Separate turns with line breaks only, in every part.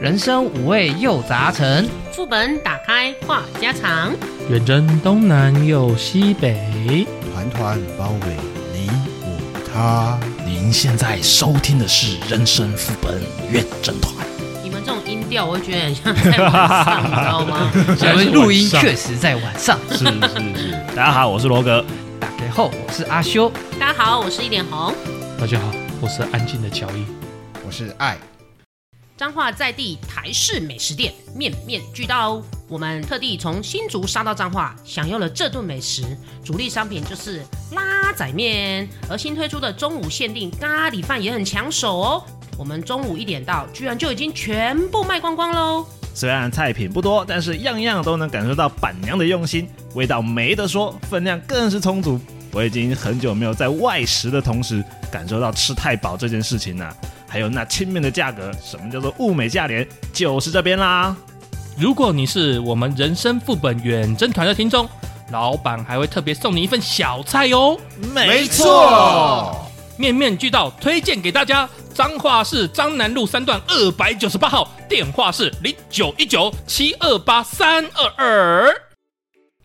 人生五味又杂陈。
副本打开话家常，
远征东南又西北，
团团包围你我他。
您现在收听的是《人生副本远征团》，
你们这种音调，我会觉得很像在晚上，你知道吗？
我们录音确实在晚上。
是是是。 大家好，我是罗格。
打开后，我是阿修。
大家好，我是一脸红。
大家好，我是安静的乔伊。
我是爱，
彰化在地台式美食店面面俱到，我们特地从新竹杀到彰化，享用了这顿美食。主力商品就是拉仔面，而新推出的中午限定咖喱饭也很抢手哦。我们中午一点到，居然就已经全部卖光光喽！
虽然菜品不多，但是样样都能感受到板娘的用心，味道没得说，分量更是充足。我已经很久没有在外食的同时，感受到吃太饱这件事情了、还有那亲民的价格，什么叫做物美价廉，就是这边啦。
如果你是我们人生副本远征团的听众，老板还会特别送你一份小菜哦。
没，
错，
面面俱到，推荐给大家。彰化市彰南路三段二百九十八号，电话是零九一九七二八三二二。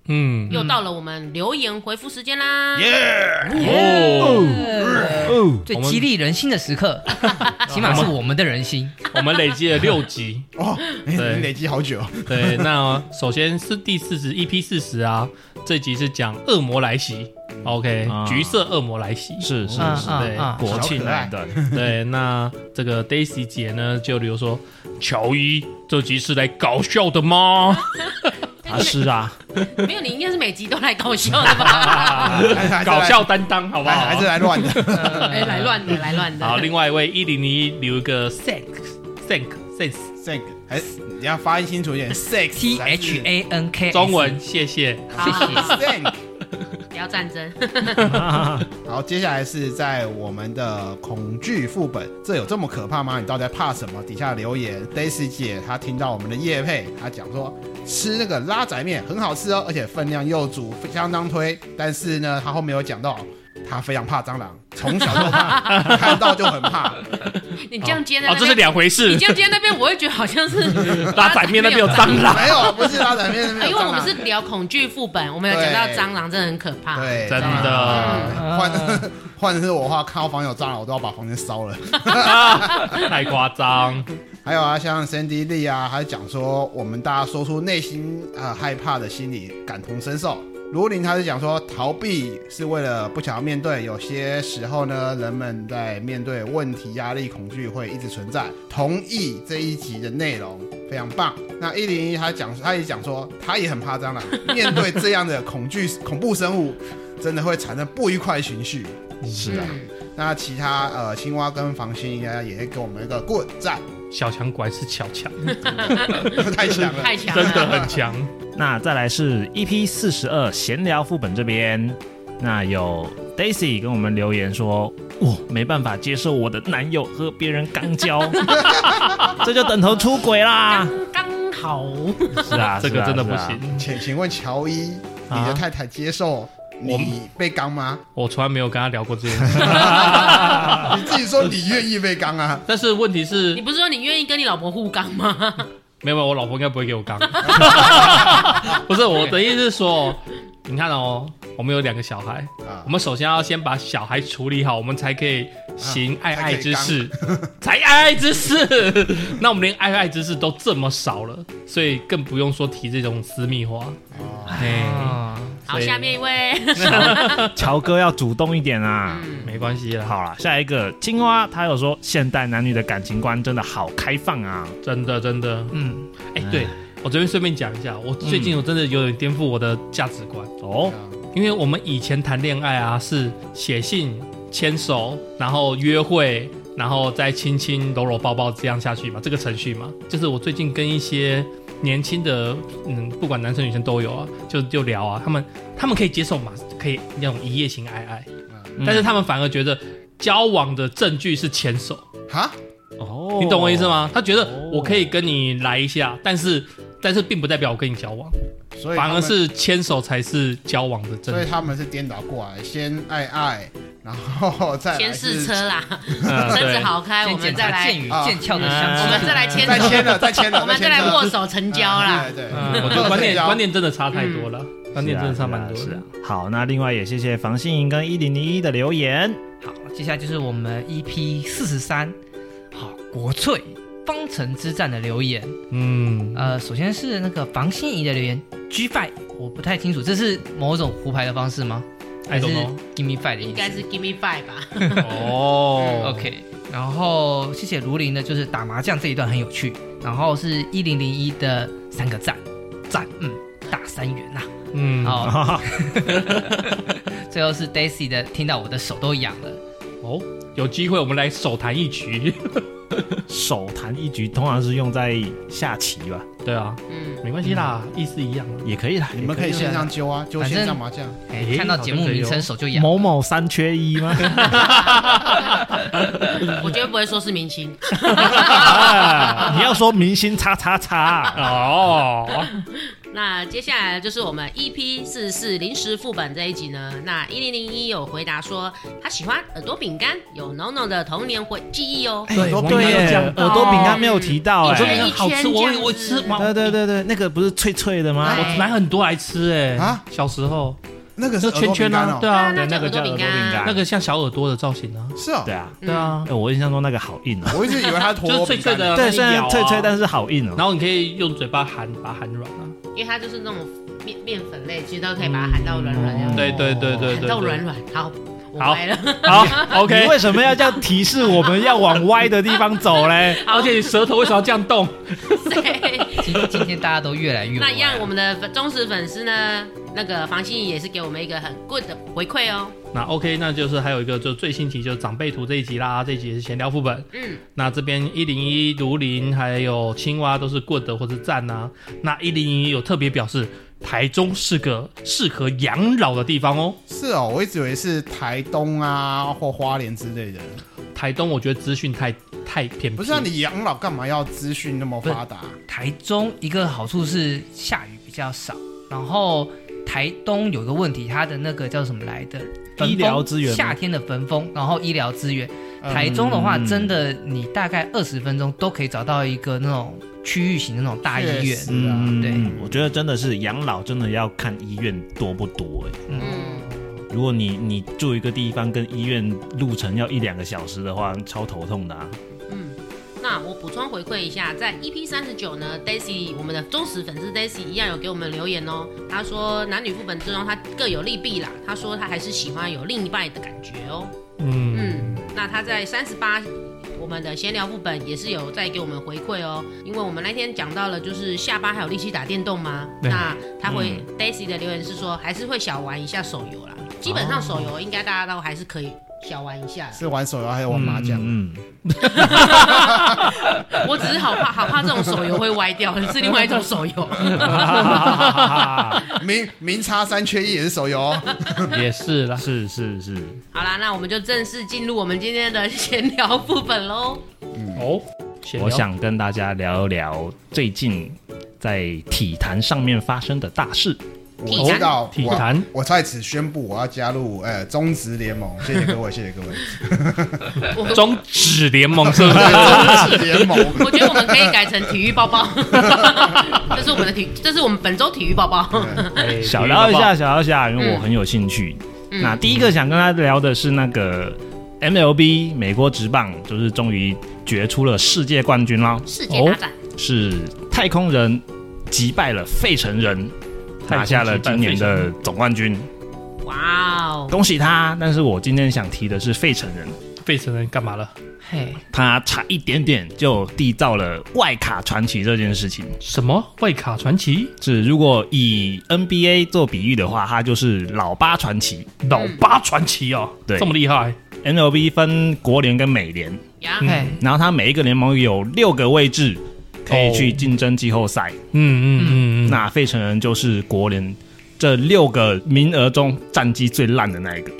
嗯，
又到了我们留言回复时间啦。
哦，
哦，
最
我们
激励人心的时刻， 起码是我们的人心。
我们累积了六集。
哦，你
对
累积 好久，
对，那哦首先是第四十 EP 四十啊，这集是讲恶魔来袭，OK，、
啊
橘色恶魔来袭，
是是
啊
是，
啊
对，
啊
国庆
小可
啊
爱，
对，
对，那这个 Daisy 姐呢就留说，乔伊这集是来搞笑的吗？
啊是啊，
没有，你应该是每集都来搞笑的吧？
搞笑担当，好不好？
还是来乱的。
哎，来乱的，来乱的。
嗯好，另外一位一零零一留一个 thank thank thanks，
Sank，还是你要发音清楚一 点。
T H
Sank，T
A N K，
中文谢谢，
好好好
Sank。
不要战 争。
好，接下来是在我们的恐惧副本，这有这么可怕吗？你到底在怕什么？底下留言，Daisy 姐她听到我们的叶配，她讲说吃那个拉仔面很好吃哦，而且分量又足，相当推。但是呢，她后面有讲到，她非常怕蟑螂，从小就怕， 看到就 很怕。
你这样接哎在那
哦，
边
这是两回事
你这，样接那边，我会觉得好像是
拉仔面那边有蟑螂。
没有，不是拉仔面，没
啊因为
有蟑
哎我
螂
们是聊恐惧副本，我们有讲到蟑螂真的很可怕。
对，
真的
蟑螂
嗯
换 换成是我的话，看到房有蟑螂，我都要把房间烧了。
啊， 太夸张！
还有啊，像 Sandy Lee 啊，还讲说我们大家说出内心呃害怕的心理，感同身受。卢林他是讲说，逃避是为了不想要面对，有些时候呢，人们在面对问题、压力、恐惧会一直存在。同意这一集的内容非常棒。那一零一他讲，他也讲说，他也很怕蟑螂，面对这样的恐惧恐怖生物，真的会产生不愉快情绪。
嗯
是啊，
那其他呃，青蛙跟房心应该也会给我们一个 good 赞，
小强果然是小强，
太强了，
太强
真的
了。
很强。
那再来是 EP 四十二闲聊副本这边，那有 Daisy 跟我们留言说，我没办法接受我的男友和别人刚 交，这就等同出轨啦。
刚刚好，
是啊，
这
是
个
啊
真的不。
是啊
行，
请请问乔伊，
啊
你的太太接受你被刚吗？
我从来没有跟他聊过这件 事。
你自己说你愿意被刚啊？
但是问题是
你，不是说你愿意跟你老婆互刚吗？
没有，没有我老婆应该不会给我 刚。不是我的意思是说，你看哦，我们有两个小孩，
啊
我，们首先要先把小孩处理好，我们才可以行爱爱之事，
啊
才爱爱之事。 那我们连爱爱之事都这么少了，所以更不用说提这种私密话。
哦
哎，
啊，
好，
所以
下面一位，
乔哥要主动一点啊。
没关系啦，
好啦，下一个青蛙，他有说现代男女的感情观真的好开放啊。
真的真的，
嗯，
哎，对我这边顺便讲一下，我最近我真的有点颠覆我的价值观，
哦，
因为我们以前谈恋爱啊是写信、牵手，然后约会，然后再亲亲、搂搂抱抱这样下去嘛，这个程序嘛，就是我最近跟一些年轻的，嗯，不管男生女生都有啊，就就聊啊，他们他们可以接受嘛，可以那种一夜情爱爱，
嗯
但是他们反而觉得交往的证据是牵手。
啊哈，
哦
你懂我意思？吗？他觉得
哦
我可以跟你来一下，但是但是并不代表我跟你交往，
所以他
反
们
而，是牵手才是交往的证
所以
据。
他们是颠倒过来，先爱爱，然 后再来
先试
是
车啦，
嗯
车子
对，
好开，我
先
们
检
再
查
来啊
剑，与
啊
剑鞘的
我
相
们
似。
再来牵
再签
手，
了，再签了，啊
我们再来握手成交 啦。
对对，
嗯，我觉得
握手
观
成
念
交
观念真的差太多了，观念真的差蛮多
是啊是
的
啊。。好，那另外也谢谢房信跟一零零一的留言。
好，接下来就是我们 EP 四十三，好，国粹方城之战的留言。
嗯，
呃，首先是那个房心怡的留言，G Five，我不太清楚，这是某种胡牌的方式吗？还
I
是
don't
Give Me Five 的
应
意
该
思
是 give me five 吧，
哦
？OK。然后谢谢卢林的，就是打麻将这一段很有趣。然后是一零零一的三个赞赞，嗯，大三元呐、啊
嗯，
好， 最后是 Daisy 的，听到我的手都痒了。
哦，有机会我们来手谈一局。
手弹一局通常是用在下棋吧，
对啊，
嗯，
没关系啦，意思一样啊。
也可以啦。
你们可以线上揪啊，揪
反正
线上麻将。
哎、
诶
看到节目名称手就痒。
某某三缺一 吗？
我绝对不会说是明星，
啊你要说明星叉叉啊叉，
啊哦，
那接下来就是我们 EP 四四临时副本这一集呢。那一零零一有回答说他喜欢耳朵饼干，有 NONO 的童年回记忆哦。
对
我
对
应该有
耶，
讲到
哎耳朵饼干没有提到
耳朵
哎
饼。
这个好吃，我我吃，哇
对对对对，那个不是脆脆的吗？
我买很多来吃哎。
啊，
小时候
那个是
这
耳朵
圈圈
饼干
啊，
哦
对
啊，
啊，
那
那
叫
个
耳朵
叫
饼
耳朵饼干
干。
那个像小耳朵的造型啊。
是哦
对，啊，
对啊，
哎我印象中那个好硬哦。
我一直以为它是陀
就是
螺
脆
饼
脆
干
的，
对，虽
咬
然
啊
脆脆，但是好硬 哦。
然后你可以用嘴巴含，把它含软啊。
因为它就是那种面面粉类，其实都可以把它喊到软软这样子，
对对对嗯对
喊
对，
到
对
软。软。好，我
好
歪了，
好
你
，OK。
为什么要这样提示我们要往歪的地方走嘞？
而且你舌头为什么要这样动？
对。
今今天大家都越来越
那一样，我
们
们的粉忠实粉丝呢，那个房心怡也是给我们一个很 good 的回馈哦。
那 OK，那就是还有一个就最新集就是长辈图这一集啦，这一集也是闲聊副本。
嗯，
那这边一零一、卢林还有青蛙都是 good 或是赞啊。那一零一有特别表示，台中是个适合养老的地方哦。
是哦，我一直以为是台东啊或花莲之类的。
台东我觉得资讯太太偏僻，
不是啊，你养老干嘛要资讯那么发达？
台中一个好处是下雨比较少，然后台东有一个问题，它的那个叫什么来的？焚风
医疗资源吗
夏天的焚风，然后医疗资源。
嗯
台中的话，
嗯
真的你大概二十分钟都可以找到一个那种区域型的那种大医
确
院
实。啊
嗯，
对
嗯我觉得真的是养老真的要看医院多不多哎、
嗯，
如果你你住一个地方跟医院路程要一两个小时的话，超头痛的啊。
那我补充回馈一下，在 EP 三十九呢，Daisy 我们的忠实粉丝 Daisy 一样有给我们留言哦。他说男女副本之中，他各有利弊啦。他说他还是喜欢有另一半的感觉哦。
嗯，
嗯，那他在三十八。我们的闲聊副本也是有在给我们回馈哦，因为我们那天讲到了，就是下班还有力气打电动吗？
对
那他回、Daisy 的留言是说，还是会小玩一下手游啦。基本上手游应该大家都还是可以小玩一下啦。
是玩手游还是玩麻将？
嗯，
我只是好怕，好怕这种手游会歪掉，是另外一种手游。
嗯
嗯明明差三缺一也是手游哦，
嗯
也是啦。
是是是，
好啦，那我们就正式进入我们今天的闲聊副本喽。
嗯
哦，闲聊
我想跟大家聊一聊最近在体坛上面发生的大事。
我
体坛
知道。
体
我
坛
我在此宣布，我要加入呃中职联盟。谢谢各位，谢谢各 位。
中指联盟是不 是？
哎
中职联盟，
我觉得我们可以改成体育抱抱，这是我们的体，这是我们本周体育抱抱。
哎
小聊一下，，小聊一下，因为我很有兴趣。
嗯
那第一个想跟大家聊的是那个 MLB 美国职棒，就是终于决出了世界冠军啦。
世界大战，
是太空人击败了费城人，
太空
拿下了今年
击败费城
的总冠军，
哇哦！
恭喜他！但是我今天想提的是费城人，
费城人干嘛了？
嘿，
他差一点点就缔造了外卡传奇这件事情。
什么外卡传奇？
是如果以 NBA 做比喻的话，他就是老八传奇。
老八传奇哦，
对
这么厉害，
MLB 分国联跟美联，
呀，
嘿，
然后他每一个联盟有六个位置可以去
哦
竞争季后赛。
嗯嗯嗯嗯，
那费城人就是国联这六个名额中战绩最烂的那一个。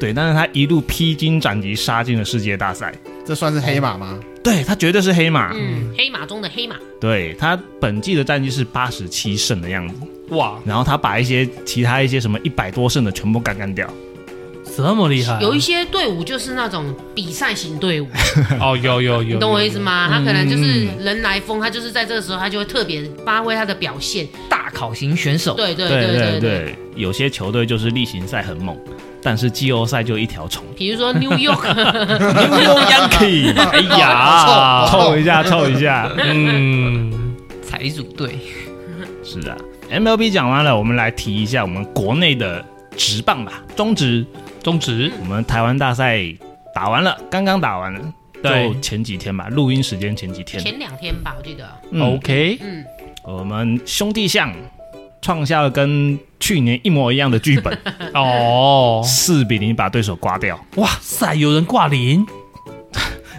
对，但是他一路披荆斩棘，杀进了世界大赛。
这算是黑马吗？
对他绝对是黑马，
嗯，黑马中的黑马，
对他本季的战绩是八十七胜的样子，
哇，
然后他把一些其他一些什么一百多胜的全部干干掉。
这么厉害啊，
有一些队伍就是那种比赛型队伍，
哦，有有有，
你懂我意思
吗？
吗？他可能就是人来疯，他就是在这个时候，他就会特别发挥他的表现。
大考型选手，
对对
对
对对。
对，有些球队就是例行赛很猛，但是季后赛就一条虫。
比如说 New York，
Yankee，哎呀，
臭
凑一下，凑一下。
嗯，
财主队，
是啊，MLB 讲完了，我们来提一下我们国内的职棒吧，中职。
中职
我们台湾大赛打完了，刚刚打完了，
对
就前几天吧，录音时间前几天。
前两天吧，我记得。
嗯
OK，
嗯，
我们兄弟象创下了跟去年一模一样的剧本，
嗯
哦，
四比零把对手刮掉，
哇塞，有人挂零，
哦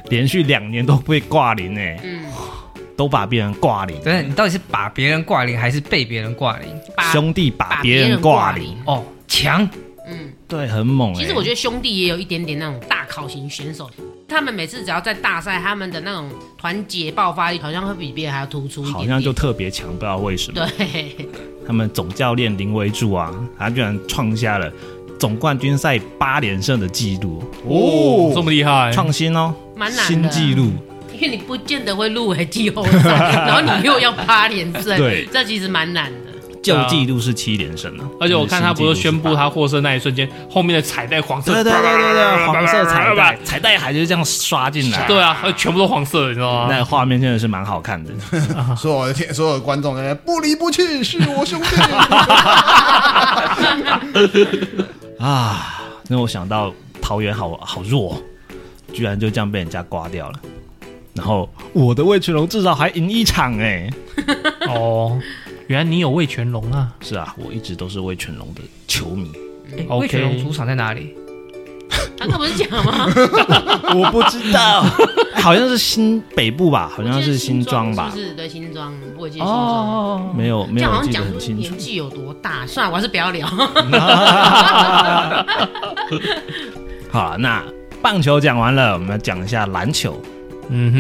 连续两年都被挂零哎、
嗯，
都把别人挂零，
等等，你到底是把别人挂零还是被别人挂零？
把
兄弟把别人挂零，。
哦，强，
嗯，
对，很猛哎、
其实我觉得兄弟也有一点点那种大考型选手，他们每次只要在大赛，他们的那种团结爆发力好像会比别人还要突出一点
好
点
像就特别强，不知道为什么。
对，
他们总教练林维柱啊，他居然创下了总冠军赛八连胜的纪录，
哦，这么厉害，
创新哦，
蛮难的。
新纪录。
因为你不见得会入围季后赛， 然后你又要八连胜，
对
这其实蛮难 的。
旧纪录是七连胜啊，
啊而且我看他不是宣布他
他
获胜那一瞬间，后面的彩带黄色，
对对对对对，黄色 彩带，彩带还就是这样刷进来，
对啊，全部都黄色的，你知道吗？
那画面真的是蛮好看的。
所有的天所有的观众在那边不离不弃，是我兄弟。
啊，那我想到桃园好好弱，居然就这样被人家刮掉了。然后我的魏全龙至少还赢一场哎、
哦，原来你有魏全龙啊，
是啊，我一直都是魏全龙的球迷，
哎
OK
魏全龙主场在哪里？
他刚不是讲吗？
我不知道， 好像是新北部吧，好像是新庄吧
是，不是？对，新庄，我记得新庄。
嗯
哦，
没有没
这样
有
好
记
像
得
讲
很
出
清
年
楚。
纪有多大，算了，我还是不要聊。
好了，那棒球讲完了，我们来讲一下篮球。
嗯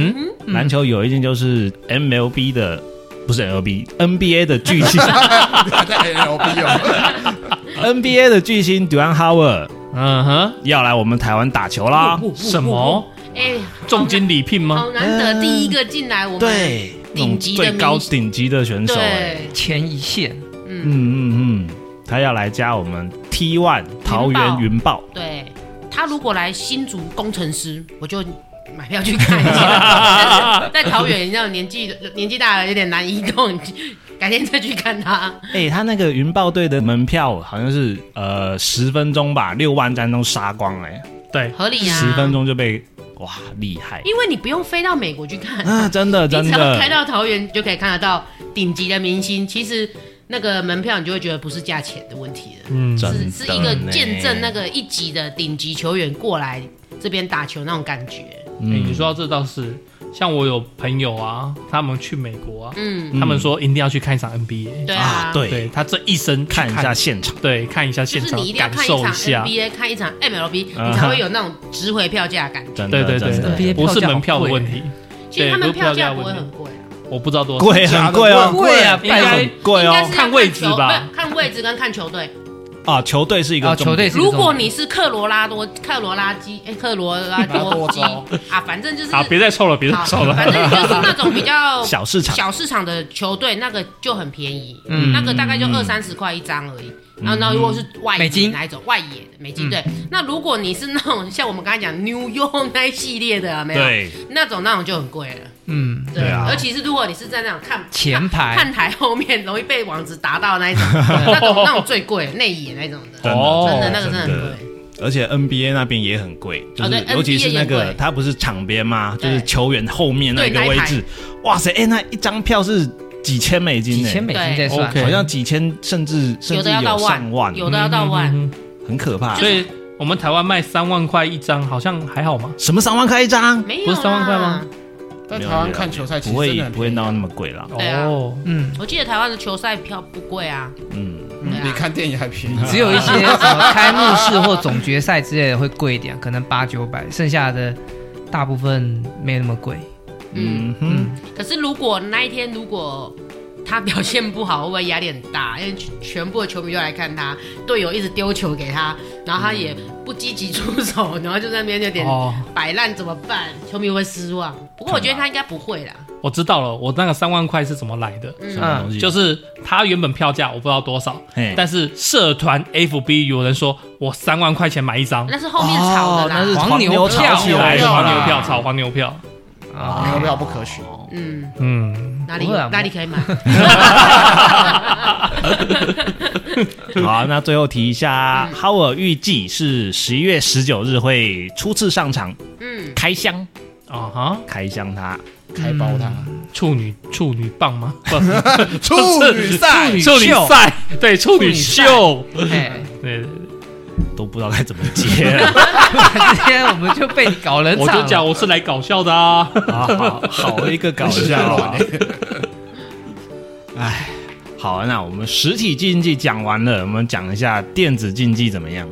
哼，
篮球有一件就是 MLB 的，不是 MLB，NBA 的巨 星
太牛逼 了！
，NBA 的巨星 d u a n Howard
嗯哼，啊
要来我们台湾打球啦。
哦
什么
哎，
重金礼聘吗？
好难得第一个进来，我们
嗯对，那种
顶级的
最高
明星
顶级的选手、欸，
对，
前一线，
嗯，
嗯嗯嗯，他要来加我们 T One 桃园云豹，
对他如果来新竹工程师，我就。买票去看一下，在桃园，你知道年纪年纪大了有点难移动，改天再去看他。
哎、他那个云豹队的门票好像是呃十分钟吧，六万张都杀光了、欸，
对，
合理啊，
十分，钟就被哇厉害
因为你不用飞到美国去看，
啊，真的
你
真
只要
的
开，到桃园就可以看得到顶级的明星。其实那个门票你就会觉得不是价钱的问题了，
嗯，
真
是
的哎
是一个
呢
见证那个一级的顶级球员过来这边打球那种感觉。
哎
嗯
你说到这倒是，像我有朋友啊，他们去美国啊，
嗯，
嗯
他们说一定要去看一场 NBA，
对
啊
啊，，
对
对，他这一生去
看一下，现场。
对，看一下
就
现
是
场
你一，定要
感
看一
受
场
一下。
NBA，看一场 MLB，
啊
你才会有那种值回票价的感觉。
真
对
的
对
真的
对，
真的
不是门票的问题，
其实他
对
们
不是
票价
票价
不会
问题
很贵啊，
我不知道多少。
贵很贵哦，
贵啊，
应该
拜
很贵
应该
哦
是要
看位置
球
吧
不是看位置跟看球队。
啊！球队是一个
啊
重
球
点
队是
如果你是克罗拉多、克罗拉基、哎克罗拉多基
克罗拉
啊，反正就是
啊，别再凑了，别再
好
凑了。
反正就是那种比较
小市场，
哦小市场的球队，那个就很便宜，
嗯
那个大概就二三十块一张而已。然后，那如果是外
美
野
金
哪一种外野的美金对，那如果你是那种像我们刚才讲 New York 那一系列的，没有
对
那种那种就很贵了，
嗯，
对
对啊
尤其是如果你是在那种看
前排
看 台后面容易被网子打到那一种，那种那种最贵内野那种的，
真的
哦
真的那个真的很
真的
贵。
而且 NBA 那边也很贵，就
哦
是
对
尤其是那
NBA 也
个
很贵
它不是场边吗？就
对
是球员后面那个
对那
位
一排
置，哇塞，哎，那一张票是几千美金
几
呢，
千美金在算，
OK
好像几千，甚至甚
有
至
的要到
上万，
有的要到万，
嗯
很可怕。
所以我们台湾卖三万块一张，好像还好吗？
什么三万块一张？
没有啊
不是三万块
啦
吗？
在台湾看球赛其
不
实真
会
的很
不会
便宜
闹那么贵啦。
对啊
哦，
嗯，
我记得台湾的球赛票不贵啊，
嗯，
对啊
你看电影还便宜。
只有一些什么开幕式或总决赛之类的会贵一点，可能八九百，剩下的大部分没那么贵。
嗯
嗯哼，
可是如果那一天如果他表现不好，会不会压力很大？因为全全部的球迷都来看他，队友一直丢球给他，然后他也不积极出手，然后就在那边有点
哦，
摆烂，怎么办？球迷会失望。不过我觉得他应该不会啦。
我知道了，我那个三万块是怎么来的，
嗯
什么东西？
就是他原本票价我不知道多少，
嘿
嗯
但是社团 FB 有人说我三万块钱买一张
那是后面炒的啦。
哦那是
黄牛
牛
炒
票
起
有
来
来
的
的
嘛
黄牛票，炒黄牛票，
啊，
没有料不可取。
嗯，
嗯，
哪里
不会啊
哪里可以买？
好，那最后提一下，
嗯
哈尔预计是十一月十九日会初次上场
嗯，
开箱，
啊哈，
开箱他。
开包他，
处女处女棒吗？不，
处女赛
女
处女
秀
赛，对，处女
女赛
秀，
哎，
对，对
都不知道该怎么接了
今天我们就被你搞冷
对我
场
就
啊
了。
讲我是来搞笑的啊，
啊！好好一个搞笑啊！哎，好，那我们实体竞技讲完了，我们讲一下电子竞技怎么样？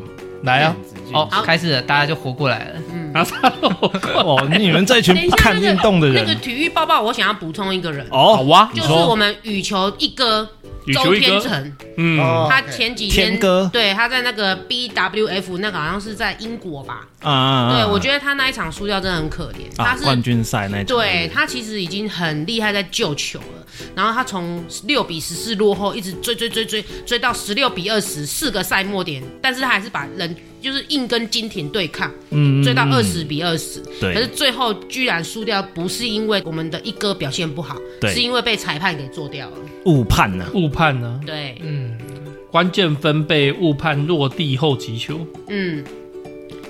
来啊，
哦
好，
开始了，大家就活过来了。
嗯
拿沙漏过
哦，你们这群
等一
不
下
看
那
运
个
动的
那个
人
体育报报，我想要补充一个人，
来，好
哦，
啊哇，你
就是
说
我们羽球一哥
羽
周
球一
天
哥，
成，
嗯
哦
他
OK
前几
天
天
哥
对他在那个 BWF 那个好像是在英国吧？
啊，
对，我觉得他那一场输掉真的很可怜，他
啊，
是
冠军赛那一场
对他其实已经很厉害在救球了，然后他从六比十四落后，一直追追追追追到十六比二十四个赛末点，但是他还是把人就是硬跟金廷对抗，
嗯
追到二十比二十、可是
对
最后居然输掉，不是因为我们的一哥表现不好，
对
是因为被裁判给做掉了。
误判呢，
误判呢，
对，
嗯，
关键分被误判落地后击球，
嗯。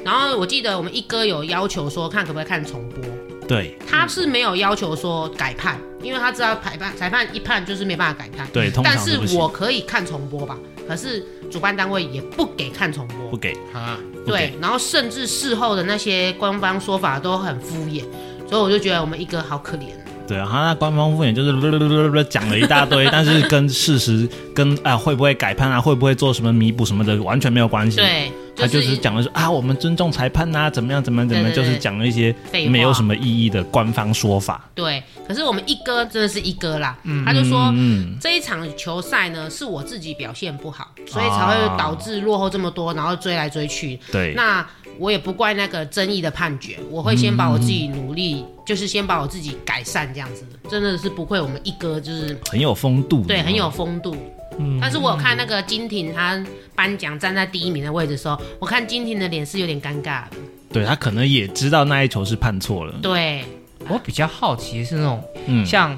然后我记得我们一哥有要求说，看可不可以看重播，
对
他是没有要求说改判，因为他知道裁判裁判一判就是没办法改判。
对，通
但
常都
是
不行
我可以看重播吧，可是主办单位也不给看重
不
播，
给，
啊，
不
对，然后甚至事后的那些官方说法都很敷衍，所以我就觉得我们一哥好可怜。
对啊，他那官方敷衍就是讲了一大堆，但是跟事实跟啊会不会改判啊，会不会做什么弥补什么的完全没有关系。，
对，
嗯他就是是讲的说啊，我们尊重裁判呐、啊，怎么样怎么样怎么样，
对对
就
对
是讲了一些
废话
没有什么意义的官方说法。
对，可是我们一哥真的是一哥啦，他就说。
嗯，
这一场球赛呢，是我自己表现不好，所以才会导致落后这么多，然后追来追去。
对，
那我也不怪那个争议的判决，我会先把我自己努力，就是先把我自己改善这样子，真的是不愧我们一哥，就是
很有风度，
对很有风度。
嗯
但是我有看那个金婷，她颁奖站在第一名的位置的时候，我看金婷的脸是有点尴尬的。
对他可能也知道那一球是判错了，
对，
我比较好奇的是那种
嗯，
像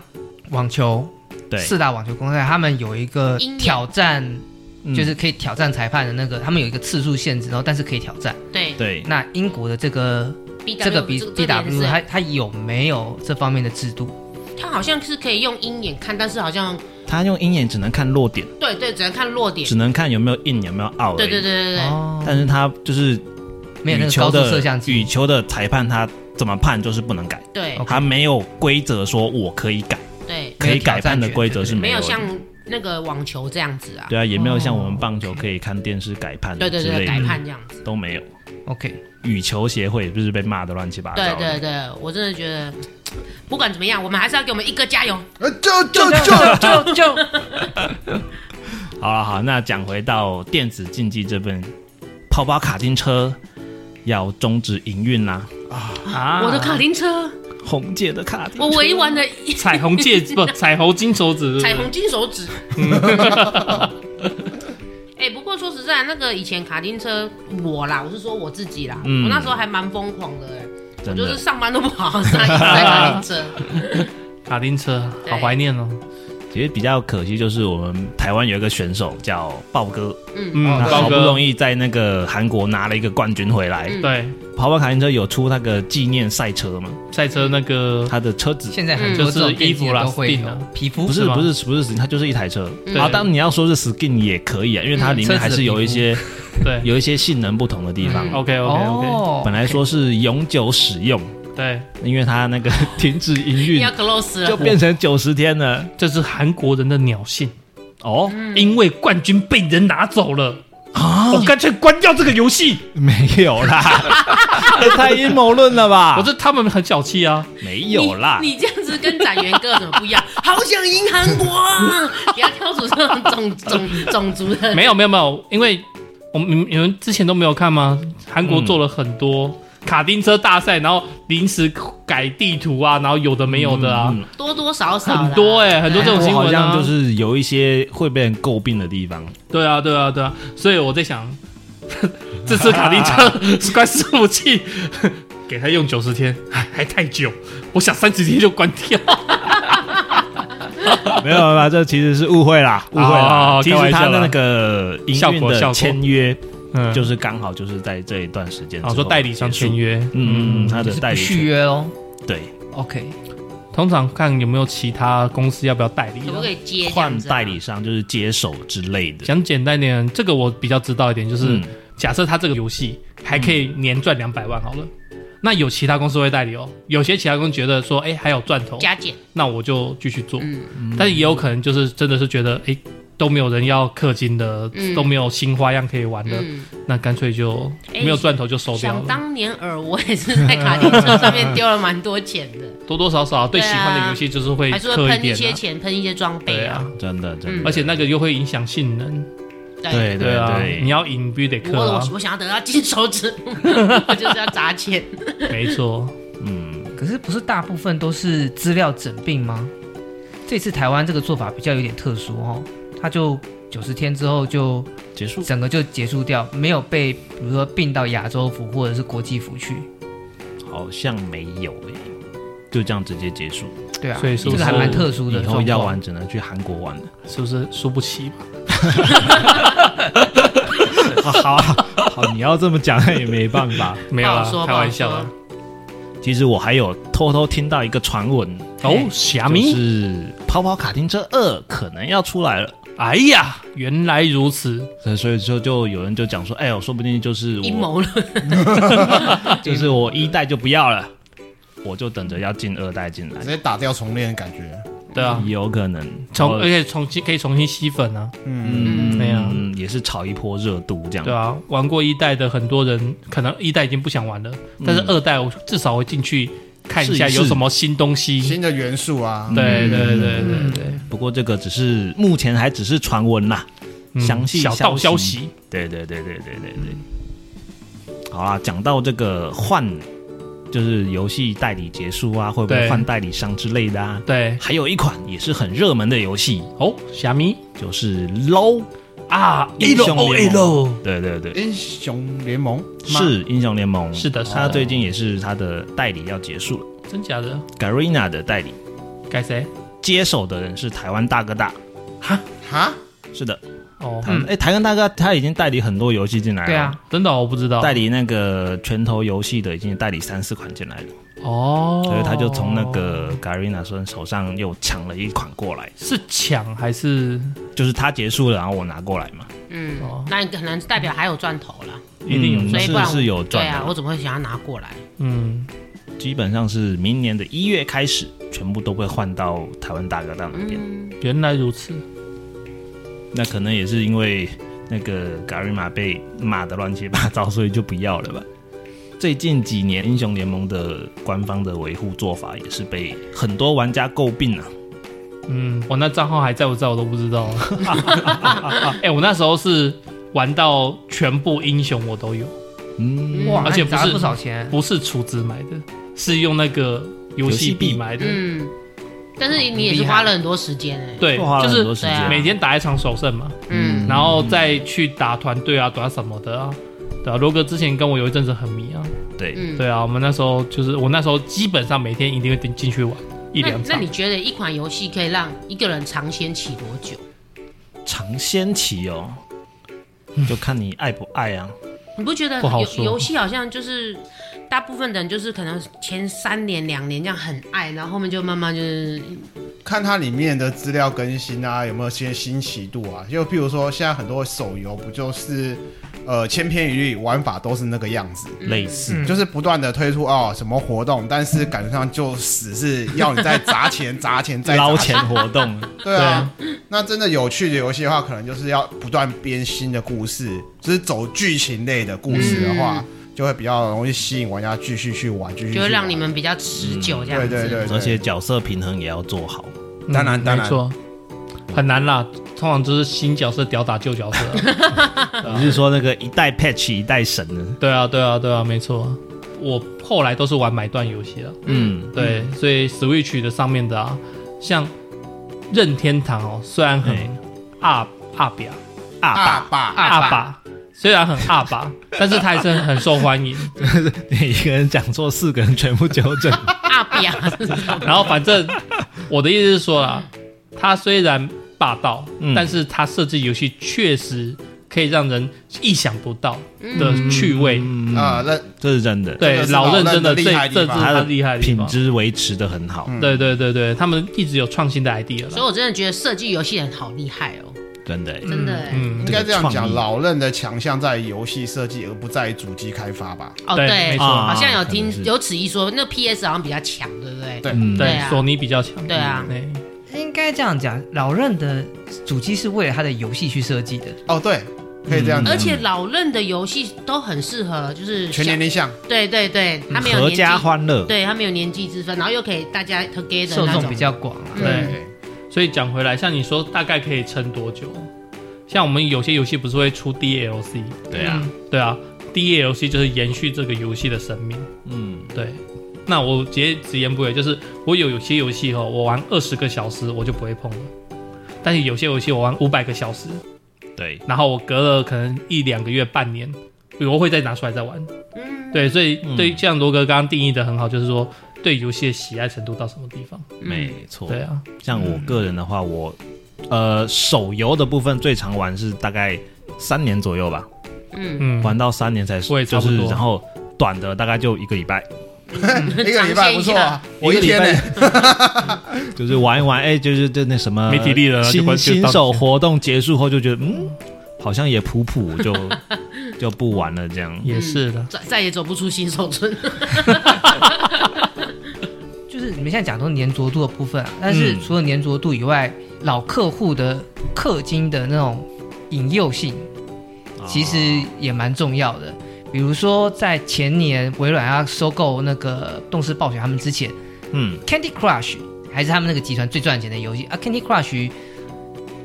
网球
对，
四大网球公赛，他们有一个
鹰眼
挑战，
嗯
就是可以挑战裁判的那个，他们有一个次数限制，然后但是可以挑战。
对，
对，
那英国的这个
BW
这个 B
这
B
这脸
W，
是
它它有没有这方面的制度？
他好像是可以用鹰眼看，但是好像
他用鹰眼只能看落点，
对对，只能看落点
只。能看有没有印有没有 out，
对对对对对，
哦，
但是他就是
没有那
羽
个
球
高速
的
摄像机，
羽球的裁判他怎么判就是不能改，
对
OK
他没有规则说我可以改，
对，
可以改判的规则是
没有
有
像
的。
那个网球这样子啊。
对啊，也没有像
哦
我们棒球可以看电视改判
对
之
对对，
类
改
的，
判这样子。
都没有。
OK，
羽球协会不是被骂的乱七八糟
对对
的？
对，我真的觉得，不管怎么样，我们还是要给我们一哥加油。
呃就就
就
就
就
好了好，那讲回到电子竞技这边，跑跑卡丁车要终止营运啦。
啊，
我的卡丁车，
红姐的卡丁
我
车
唯一玩的
彩虹 戒指不，彩虹金手指，
彩虹金手指。 哎、不过说实在，那个以前卡丁车，我啦，我是说我自己啦，
嗯
我那时候还蛮疯狂的、哎我
真
就是
的
上班都不好好上，一直在卡丁车。
卡丁车，
对
好怀念哦。
其实比较可惜，就是我们台湾有一个选手叫豹哥，
嗯
哦，
好
豹
不
哥，
容易在那个韩国拿了一个冠军回来。
嗯
对，
跑跑卡丁车有出那个纪念赛车嘛？
赛车那个
它的车子
现在很多这种
就是衣服啦
电竞的都会
，skin
有
啊
皮肤
不是
是吗
不是不是 skin，它就是一台车。
嗯
啊，当然你要说是 skin 也可以啊，因为它里面还是有一些
对
有一些性能不同的地方。啊
嗯
OK OK OK，
哦
本来说是永久使用，
对，
因为它 那个停止营运
要 close
就
了，
变成九十天了。
这是韩国人的鸟性，
哦，
因为冠军被人拿走了，
啊
我干脆关掉这个游戏。
没有 啦，这太阴谋论了吧？
我这他们很小气啊，
没有啦，
你你这样子跟展元哥有什么不一样？ 好想赢韩国啊，不要挑出这种种种种族的。
没有没有没有，因为我们你们你们之前都没有看吗？韩国做了很多卡丁车大赛，然后临时改地图啊，然后有的没有的啊，
嗯嗯
多多少少啦
很多
欸
哎、很多这种
我
新
好
闻啊
像，就是有一些会被人诟病的地方。
对啊对啊对啊，所以我在想， 这次卡丁车 是关伺服器。给他用九十天，还还太久，我想三十天就关掉。
没有没有没有，这其实是误会啦，误会
哦
啦。其
开玩
实
笑啦
他的那个营
效
运
果效
的
果
签约，
嗯，
就是刚好就是在这一段时间之
啊，
后
说代理商签
结束，
约，
嗯嗯，嗯，他
就
的
是
代
不
理
续
权
约哦。
对
OK，
通常看有没有其他公司要不要代理啊。
可不可以接这
换
样子啊
代理商就是接手之类的，
讲简单一点，这个我比较知道一点，就是、
嗯
假设他这个游戏还可以年赚两百万好了，那有其他公司会代理哦，有些其他公司觉得说，哎、还有赚头，
加减？
那我就继续做，
嗯，
但也有可能就是真的是觉得，哎、都没有人要氪金的，
嗯
都没有新花样可以玩的，
嗯
那干脆就
哎
没有赚头就收掉
想
了，
当年尔，我也是在卡丁车上面丢了蛮多钱 的，
多多少少、对
对啊
喜欢的游戏就是会
还说
氪
喷一
点、
些
啊，
钱，喷一些装备啊。
真的真
嗯
的，
而且那个又会影响性能，
对
对啊，你
对，
要赢必须得氪
我
啊
我，我想要得到金手指， 我就是要砸钱。
没错，
嗯，
可是不是大部分都是资料整并吗？这次台湾这个做法比较有点特殊哦，它就九十天之后就
结束。
整个就结束掉，没有被比如说并到亚洲服或者是国际服去。
好像没有诶、就这样直接结束。
对啊，
所以
这
说
个还蛮特殊的
以后
状
要
况。
玩只能去韩国玩了。
是不是输不起嘛？
好啊，好，你要这么讲也没办 法。
没有
不好
啦
哦说，
开玩笑的。
其实我还有偷偷听到一个传闻，
哦，虾
就
米，
是《跑跑卡丁车二》可能要出来了。
哎呀，原来如此，
所以所以说就有人就讲说，哎呦，说不定就是
阴
我，
谋论，
就是我一代就不要了，我就等着要进二代进来
直，接打掉重练的感觉。
对啊，
有可能
重
然
而
后
且重新可以重新吸粉啊，
哦嗯
哎
对啊
嗯也是炒一波热度这样
对。啊，玩过一代的很多人可能一代已经不想玩了，但是二代我至少会进去看一下
嗯试一试
有什么新东西。
新的元素啊，
对
嗯
对对对对
不过这个只是目前还只是传闻啦，
嗯，
详细
小道消
消
息，
对对对对对对对。好啦，讲到这个换，就是游戏代理结束啊，会不
对
会换代理商之类的啊？
对
还有一款也是很热门的游戏，
哦，虾米
就是 LO，
啊
英雄联盟
LOL
对对对，
英雄联盟吗
是英雄联盟，
是的是的
它最近也是它的代理要结束了
真假的？
，Garena 的代理
改谁？
接手的人是台湾大哥大，
哈，
是的，
哦，
台
嗯
哎、台湾大哥大他已经代理很多游戏进来了，
对啊，，
真的哦我不知道。
代理那个拳头游戏的已经代理三四款进来了，
哦，
所以他就从那个 Garena 孙手上又抢了一款过来，
是抢还是
就是他结束了，然后我拿过来嘛，
嗯
哦，
那你可能代表还有赚头了，
一定有
嗯
所以不然
是是有
对
赚
啊，
的，
我怎么会想要拿过来？
嗯
基本上是明年的一月开始，全部都会换到台湾大哥大那边。
嗯，
原来如此。
那可能也是因为那个 Garena 被骂的乱七八糟，所以就不要了吧。最近几年，英雄联盟的官方的维护做法也是被很多玩家诟病啊。
嗯，我那账号还在不在我都不知 道。哎、我那时候是玩到全部英雄我都有，
嗯，
哇，
而且
那你砸了
不是
不少钱，
不是储值买的，是用那个游戏币买的。
嗯，但是你也
厉
是
害
花了很多时间哎、
对，
花了
就
很多
是
时间、
对啊
每天打一场首胜嘛，
嗯，
然后再去打团队啊，打什么的啊。对啊，罗哥之前跟我有一阵子很迷啊。
对，
嗯，
对啊，我们那时候就是我那时候基本上每天一定会进进去玩一
那
两
那
场
你。觉得一款游戏可以让一个人尝鲜期多久？
尝鲜期哦，就看你爱不爱啊。
你不觉得
不好
游
说
游戏好像就是大部分的人就是可能前三年两年这样很爱，然后后面就慢慢就是
看它里面的资料更新啊，有没有些新奇度啊？就譬如说，现在很多手游不就是，呃，千篇一律，玩法都是那个样子，
类似
嗯
就是不断的推出哦什么活动，但是感觉上就死是要你再砸钱、砸钱、再砸
捞钱活动，
对啊，那真的有趣的游戏的话，可能就是要不断编新的故事，就是走剧情类的故事的话，就会比较容易吸引玩家继续去玩，继续去
就会
玩
让你们比较持久这样子。
嗯对对对
而且角色平衡也要做好。
嗯
当然当然
没错，很难啦。通常就是新角色吊打旧角色 啊。
你是说那个一代 patch 一代神呢？
对啊，对啊，对啊，没错。我后来都是玩买断游戏了。
嗯，
对，所以 Switch 的上面的啊，像任天堂哦，虽然很
哎
阿阿表
阿爸
阿爸，虽然很阿 爸，但是它还是很很受欢迎。
你一个人讲错，四个人全部纠正。
阿比啊，
然后反正我的意思是说啦，它虽然霸道，
嗯
但是它设计游戏确实可以让人意想不到的趣味。
嗯，
啊，那
这是真的，
对
这，个是
老
老
任
任
真的
的
这
厉害
这
的
是
地方
它
他
的
厉害的地
品
方。
质维持的很好，
嗯
对对对对，他们一直有创新的 idea
所以
了。
我真的觉得设计游戏人好厉害哦，
真的欸。
真的哎、
嗯
应该这样
这个创
讲，
意
老任的强项在于游戏设计，而不在于主机开发吧？
哦
对没错
好
啊
像有
可能是
听有此一说，那 PS 好像比较强，对不对？
对
嗯，
对
对
啊，
索尼比较强。嗯
对啊
对，
应该这样讲，老任的主机是为了他的游戏去设计的，
哦，对，可以这样
而
讲，
且老任的游戏都很适合，就是
全年龄向，
小对对对，他没有
嗯合
年纪，
家欢乐，
对他没有年纪之分，然后又可以大家 together
受
那
众
种
比较广啊。
对
对，
所以讲回来，像你说大概可以撑多久？像我们有些游戏不是会出 DLC？
对啊，
嗯
对啊，DLC 就是延续这个游戏的生命。
嗯，
对，那我直接直言不讳，就是我有有些游戏哦，我玩二十个小时我就不会碰了。但是有些游戏我玩五百个小时，
对，
然后我隔了可能一两个月、半年，我会再拿出来再玩。
嗯
对，所以
嗯
对于像罗哥刚刚定义的很好，就是说对游戏的喜爱程度到什么地方。
嗯
没错。
对啊，
像我个人的话，我呃手游的部分最常玩是大概三年左右吧，
嗯，
嗯，
玩到三年才
我也差
就
不多
是，然后短的大概就一个礼拜，
嗯 一个礼拜不错啊，我
一
一
个礼
天
拜
呢，
就是玩一玩，哎，就是就那什么
没体力了就
新
关就
新
到
手活动结束后就觉得嗯，好像也普普， 就就不玩了这样。
也是的。
嗯再再也走不出新手村，
就是你们现在讲都是粘着度的部分啊，但
嗯
是除了粘着度以外，老客户的氪金的那种引诱性，
啊哦
其实也蛮重要的。比如说，在前年微软要收购那个动视暴雪他们之前
嗯，
，Candy Crush 还是他们那个集团最赚钱的游戏啊，Candy Crush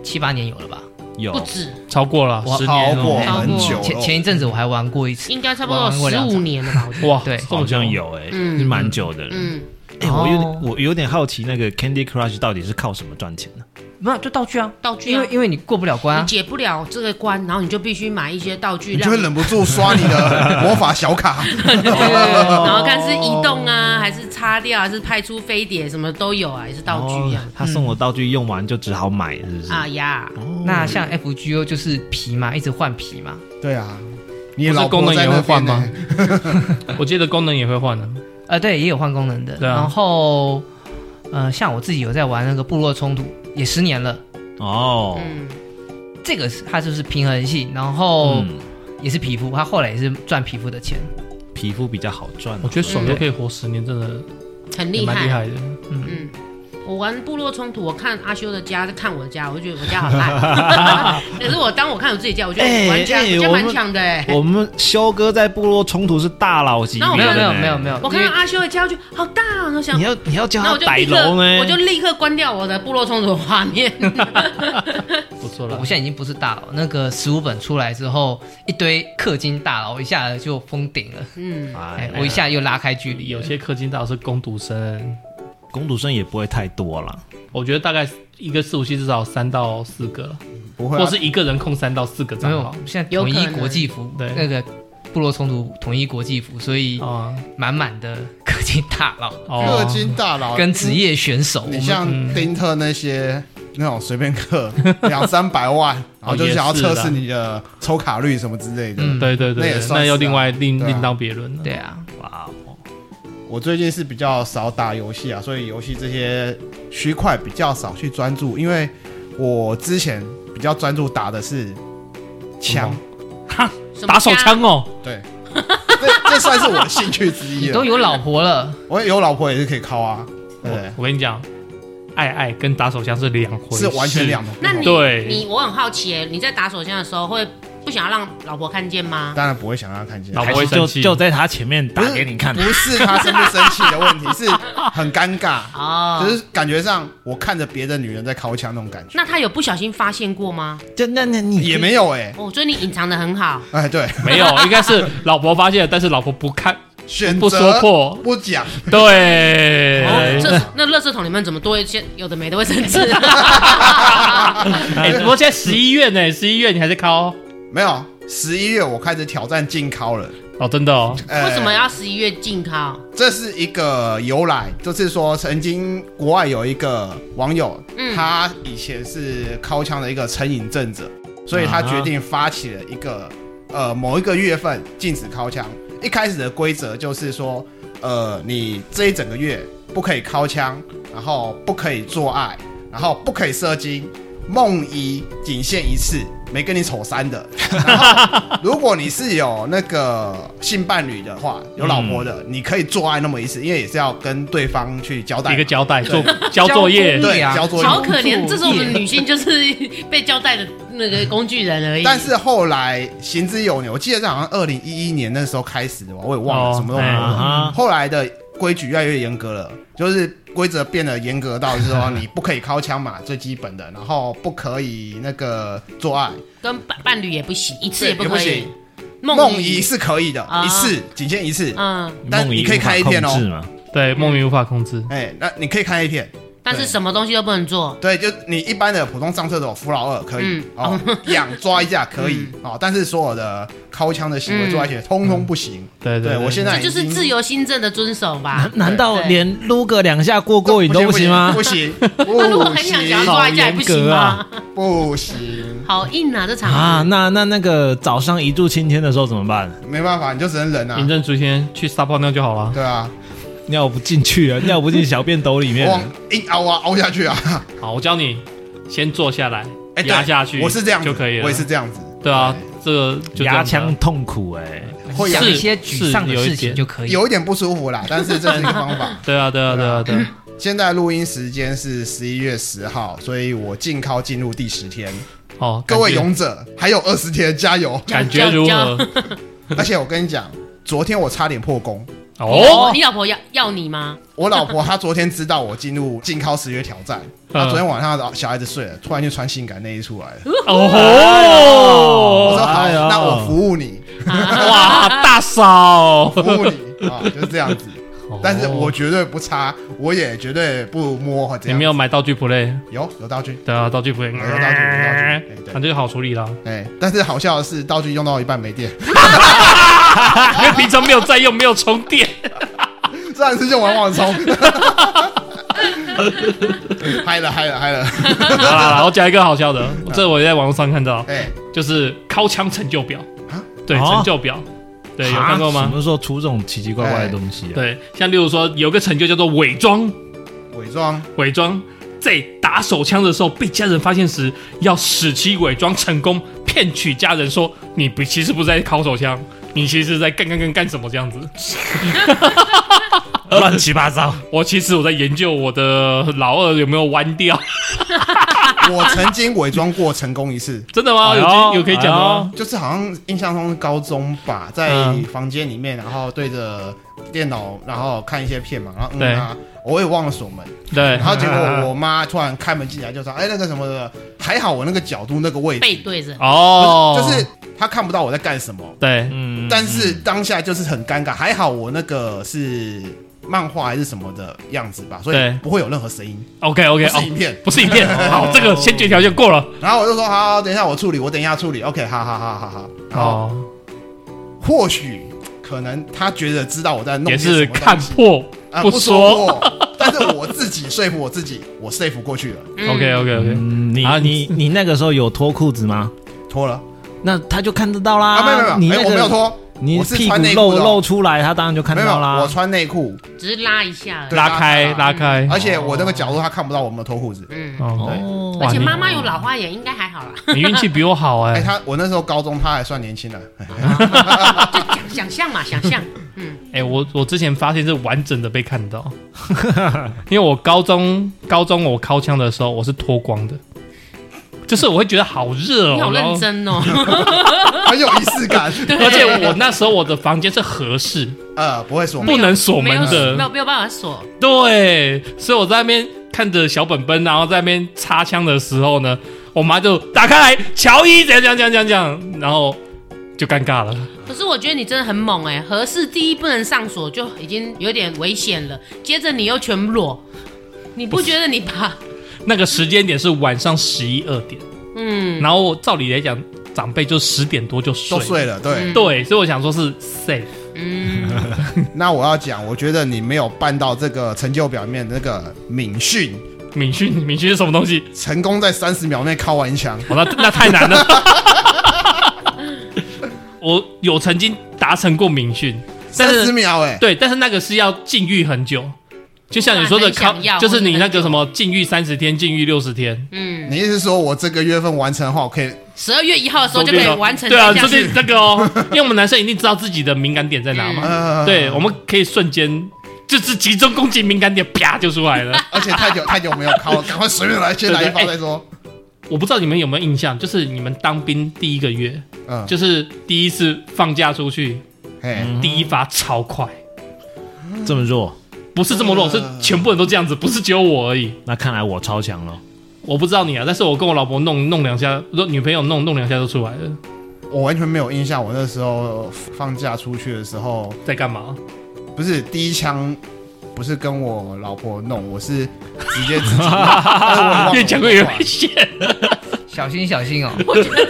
七八年有了吧？
有
不止，
超过了
我
十
超
年
过
哦，
很久
前
了
前一阵子我还玩过一次，
应该差不多
玩过
十
两场
五年了吧？ 我觉得，
哇，
对
这么
好
久
像，有哎，
嗯
是蛮久的。
嗯，
哎，我有
哦
点我有点好奇，那个 Candy Crush 到底是靠什么赚钱呢？
没有就道具啊，
道具
因
啊
为，因为你过不了关
你
啊，
解不了这个关，然后你就必须买一些道具，
你就会
让
忍不住刷你的魔法小卡，
然后看是移动啊，还是擦掉，还是派出飞碟，什么都有啊，也是道具啊
哦。他送我道具用完就只好买，是不是？
啊呀，
那像 FGO 就是皮嘛，一直换皮嘛，
对啊，你
不是
老
功
婆
能
在
也
那
会换
边
吗
呢？
我记得功能也会换的。啊
呃，对，也有换功能的。
对啊
然后，呃，像我自己有在玩那个部落冲突，也十年了。
哦，
嗯，
这个是它就是平衡性，然后
嗯，
也是皮肤，它后来也是赚皮肤的钱。
皮肤比较好赚啊。
我觉得手游可以活十年，真的
很
也
厉
蛮厉
害。
害的。
嗯，我玩部落冲突，我看阿修的家，就看我的家，我就觉得我家好烂。可是我当我看我自己家，我觉得
哎
玩家
哎
我家
我
蛮
们
强的哎。
我们修哥在部落冲突是大佬级别
那
哦的
我
呢，
没有没有没有没有，
我看
因
到
为
阿修的家，我就好大啊，我想
你。要你要教
那
他
我就
摆哎欸
立刻，
楼呢，
我就立刻关掉我的部落冲突画面。
不错了
我。现在已经不是大佬，那个十五本出来之后，一堆氪金大佬一下就封顶了，
嗯，
哎
哎，，
我一下又拉开距离了。
有些氪金大佬是攻读生，
哎攻读生也不会太多了，
我觉得大概一个伺服器至少三到四个了，
不会
或
啊，
是一个人控三到四个
没
账
有
号。，
现在
有
统一
可能
国际服，
对
那个部落冲突统一国际服，所以
啊，
满满的氪金大佬。
氪
哦，
金大佬
跟职业选手，我
你
们
像
嗯
丁特那些那种随便氪两三百万，然后就想要测试你的抽卡率什么之类的。
嗯
对对
那
对
也
对，那
算是
又
啊
另外另
对啊
另当别论了。
对啊，
哇哦，
我最近是比较少打游戏啊，所以游戏这些区块比较少去专注，因为我之前比较专注打的是枪，
哈，
什么
打手枪哦，
对， 这这算是我的兴趣之一
你都
了。
有老婆了，
我有老婆也是可以靠啊，对不对
我？我跟你讲，爱爱跟打手枪是两回事，
是完全两。头。
那你
对
你我很好奇哎，你在打手枪的时候会不想要让老婆看见吗？
当然不会想让他看见，
老
还
婆会
是
生
就
气
就在他前面
不
打
是
给你看
不。是他生不生气的问题，是很尴尬，
哦，
就是感觉上我看着别的女人在靠枪那种感觉，
那他有不小心发现过吗？
就那那你
也没有哎、
哦我觉得你隐藏的很好，
哎，对，
没有，应该是老婆发现了，但是老婆不看，
选择
不说破。
不讲，
对，哎
哦这那垃圾桶里面怎么多一些有的没的卫生纸？
哎，不过现在十一月呢，十一月你还在哦考
没有。十一月我开始挑战禁靠了，
哦，真的哦，
呃
为什么要十一月禁靠？
这是一个由来，就是说曾经国外有一个网友，
嗯
他以前是靠枪的一个成瘾症者，所以他决定发起了一个、呃某一个月份禁止靠枪。一开始的规则就是说，呃，你这一整个月不可以靠枪，然后不可以做爱，然后不可以射精，梦遗仅限一次，没跟你丑三的。然后，如果你是有那个性伴侣的话，有老婆的，你可以做爱那么一次，因为也是要跟对方去交代
一
嘛
个。交代
对
做交作业
交，
对
啊
交作业
好可怜，这是我们
作业
女性就是被交代的那个工具人而已。
但是后来行之有年，我记得这好像二零一一年那时候开始的吧，我也忘了
哦
什么时候
哎
忘了
啊
后来的规矩越来越严格了，就是规则变得严格到，就是说你不可以靠枪嘛，最基本的，然后不可以那个做爱，
跟伴伴侣也不行，一次
对
也不
也不
可以
行。
梦
梦遗，是可以的，
啊
一次仅限一次。
嗯，
但你可以看一天哦
梦遗无法控制嘛
对，梦云无法控制，
哎，那你可以看 A 片，
但是什么东西都不能做。
对，就你一般的普通上厕所扶老二可以
嗯，
哦，痒抓一下可以，哦，但是所有的靠枪的行为
嗯
做爱行为通通不行。
对
对我现在
这就是自
由
由新政的遵守吧
难。难道连撸个两下过过瘾都不行吗
不？行，
那如果
不
很想
行
想要，抓一下也不行吗？
不行，
好硬 啊，这场
啊，那那那个早上一柱擎天的时候怎么办？
没办法，你就只能忍
嬴
啊。
政竹签去撒泡尿就好了。
对啊，
尿不进去啊，尿不进小便斗里面
往
了。
硬凹啊，凹下去啊。
好，我教你先坐下来
哎，，
压
对
下去，
我是这样子
就可以了。
我也是这样子。
对啊，这个就这样
牙
吧
枪痛苦哎，
会痒
想
是
一些沮丧的
是有一
事情
点
就可以。
有一点不舒服啦，但是这是一个方法。
对啊，对啊，对啊，对啊。
现在录音时间是十一月十号，所以我禁靠进入第十天。
哦，
各位
感觉
勇者，还有二十天，加油！
感觉如
交
何？
而且我跟你讲，昨天我差点破功。
哦，
你老婆要要你吗？
我老婆她昨天知道我进入禁靠十月挑战，
嗯
她昨天晚上小孩子睡了，突然就穿性感内衣出来了。我
哦，
说好，
哦哎呦
那我服务你，
啊
哇，大嫂
服，务你啊，就是这样子。
哦
但是我绝对不擦，我也绝对不摸或怎
你
样。
没有买道具 play，
有有道具，
对啊，道具 play，
有道具有道具对对
那这个好处理啦，
哎，但是好笑的是，道具用到一半没电，
因为平常没有在用，没有充电。
上次用完忘了 充。嗨了嗨了嗨了！
好啦，好我讲一个好笑的，
嗯
这我也在网络上看到，
哎，
就是靠枪成就表
啊，
对，
哦
成就表，对，有看过
啊什
吗？
么时候出这种奇奇怪怪的东西啊？
对，像例如说有个成就叫做伪装，
伪装
伪装在打手枪的时候被家人发现时，要使其伪装成功，骗取家人说你不其实不是在烤手枪，你其实是在干干干干什么这样子。
乱七八糟。
我其实我在研究我的老二有没啊有弯掉，
哦我曾经伪装过成功一次，
真的吗？
哎呦
有经有可以讲的吗？
就是好像印象中是高中吧，在
嗯
房间里面，然后对着电脑，然后看一些片嘛，然后
对
嗯啊，我也忘了锁门，
对
然，后结果我妈突然开门进来就说：“哎，那个什么的，还好我那个角度那个位置，
背对着，
哦，
就是她看不到我在干什么，
对，
嗯
但是当下就是很尴尬，还好我那个是漫画还是什么的样子吧，所以
对
不会有任何声音，
OK OK
不
哦
是影，片。
不是影 片，好，这个先决条件过了
然后我就说：“好，好等一下我处理，我等一下处理。”OK，好好好好好。然后
哦，
或许可能他觉得知道我在弄
也
些什么
是
东西
看破
啊、
不
不
说。
我， 但是我自己说服我自己，我说服过去了，
嗯
OK OK OK，
嗯，你
啊
你你那个时候有脱裤子吗？
脱了
那他就看得到啦。
啊，没有没有
你
没有，
那
哎，
个
我没有脱，
你
我是
屁股
穿内裤
露
的哦
露出来，他当然就看
没有，
到啦。
我穿内裤，
只是拉一下而已。
对
拉开拉
哎
开，
而且我那个角度他看不到我有没有脱裤子。
嗯，
哦，
哦
而
哇
且
你
妈妈有老花眼，应该还好啦。
你运气比我好
哎，
哎，
他我那时候高中，他还算年轻的，
啊
哎
就想 想象嘛，想象。
哎，我我之前发现是完整的被看 到，因为我高中高中我靠枪的时候我是脱光的，就是我会觉得好热哦，
你好
然后
认真哦，
很有仪式 感。
而且我那时候我的房间是合适，
呃，不会锁
不
门，
能锁
哦没
门
有没有
的，
没有办法锁，
对，所以我在那边看着小本本，然后在那边插枪的时候呢，我妈就打开来，乔伊怎样怎样怎样怎样，然后就尴尬了。
可是我觉得你真的很猛哎、合适第一不能上锁就已经有点危险了，接着你又全裸，你不觉得你把
那个时间点是晚上十一二点，
嗯
然后我照理来讲，长辈就十点多就睡
都
了，
睡了。对，
嗯
对，所以我想说是 safe，
嗯
那我要讲，我觉得你没有办到这个成就表面的那个敏训，
敏训敏训是什么东西？
成功在三十秒内敲完墙。
哦，那那太难 了。我有曾经达成过民训，但
三
是
十秒哎、
对，但是那个是要禁欲很久，就像你说的
不啊然很想要
就是你
或者
那个
很久
什么禁欲三十天、禁欲六十天，
嗯，
你意思是说我这个月份完成的话，我可以
十二月一号的时候就可以完成
对啊，
这
就
项
是
事。
这个哦，因为我们男生一定知道自己的敏感点在哪嘛，
嗯
呃，
对，我们可以瞬间就是集中攻击敏感点，啪就出来了。
而且太久太久没有 敲了，赶快随便来，先来一发再说。
我不知道你们有没有印象，就是你们当兵第一个月，
嗯，
就是嗯第一次放假出去，
哎，
第一发超快，
这么弱，
不是这么弱，是
嗯
全部人都这样子，不是只有我而已。
那看来我超强了。
我不知道你啊，但是我跟我老婆弄弄两下，女朋友弄弄两下就出来了，
我完全没有印象，我那时候放假出去的时候，
在干嘛？
不是第一枪。不是跟我老婆弄，我是直接自己呃啊
越讲越危险。
小心小心哦，
我觉得